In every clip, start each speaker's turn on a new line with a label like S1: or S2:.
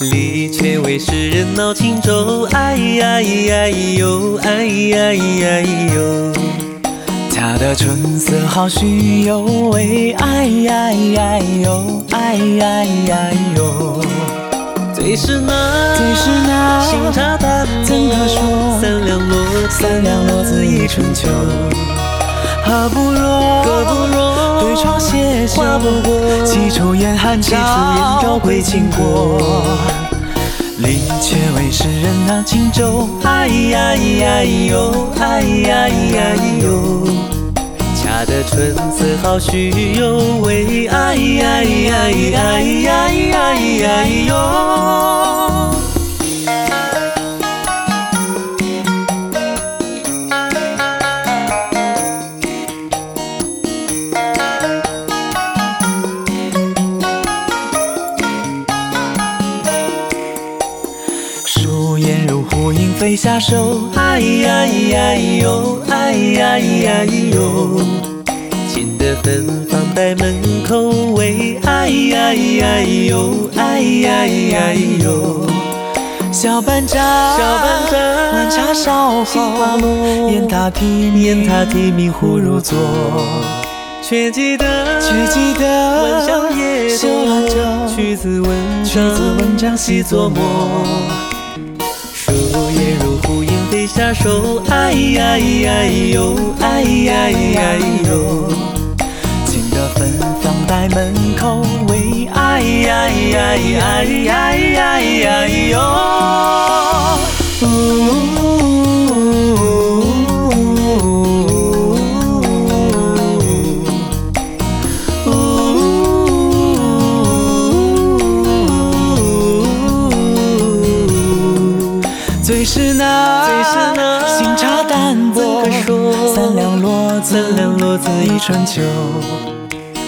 S1: 李雀为诗人闹轻舟，哎呀咿呀咿哟，哎呀咿呀咿哟。
S2: 他的春色好虚有味，哎呀咿呀咿哟，哎呀咿呀咿哟。
S1: 最是那
S2: 最是那
S1: 新茶淡墨，
S2: 怎可说
S1: 三两落，
S2: 三两落子一春秋。何不若
S1: 歌不若
S2: 对窗写酒，
S1: 话不过
S2: 几处烟寒
S1: 几处烟
S2: 高
S1: 高
S2: 贵
S1: 贵
S2: 清
S1: 清
S2: 国
S1: 国。
S2: 临阙为诗人拿轻舟，
S1: 哎呀咿呀咿哟，哎呀咿呀咿哟。恰得春色好须有味，哎呀咿呀咿呀咿呀咿呀咿呀哎咿哟。
S2: 树烟如胡鹰飞下手。
S1: 哎呀咿呀咿哟，哎呀咿呀咿哟，亲的芬芳在门口喂，哎呀咿呀咿哟，哎呀咿呀咿哟，
S2: 小班长，
S1: 小班长
S2: 晚茶稍后，雁塔啼鸣，
S1: 雁塔啼鸣忽
S2: 忽
S1: 如
S2: 如
S1: 昨
S2: 昨。，
S1: 却记得，
S2: 却记得
S1: 晚上夜
S2: 绣
S1: 多
S2: 兰舟，
S1: 曲子文章，
S2: 曲子文章细琢磨。
S1: 树叶如孤影飞下手，哎呀咿呀咿哟，哎呀咿呀咿哟。
S2: 情的芬芳在门口喂，哎呀咿呀咿
S1: 哎
S2: 呀咿呀咿呀咿呀咿哟。最是那
S1: 最是那
S2: 新茶淡墨
S1: 怎可说，
S2: 三两落子，
S1: 三两落子
S2: 一
S1: 一
S2: 春秋。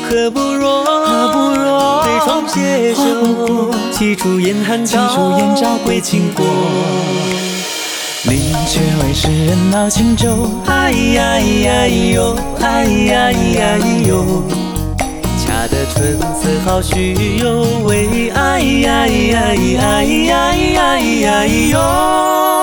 S1: 何不若，
S2: 何不若
S1: 对窗携
S2: 花不
S1: 手
S2: 过，
S1: 七处烟寒
S2: 几处燕赵归秦国。临阙为诗人闹轻舟，
S1: 哎呀咿呀咿哟，哎呀咿呀咿哟，恰得春色好须哎有味，哎呀咿呀咿呀咿呀咿呀咿呀咿哟。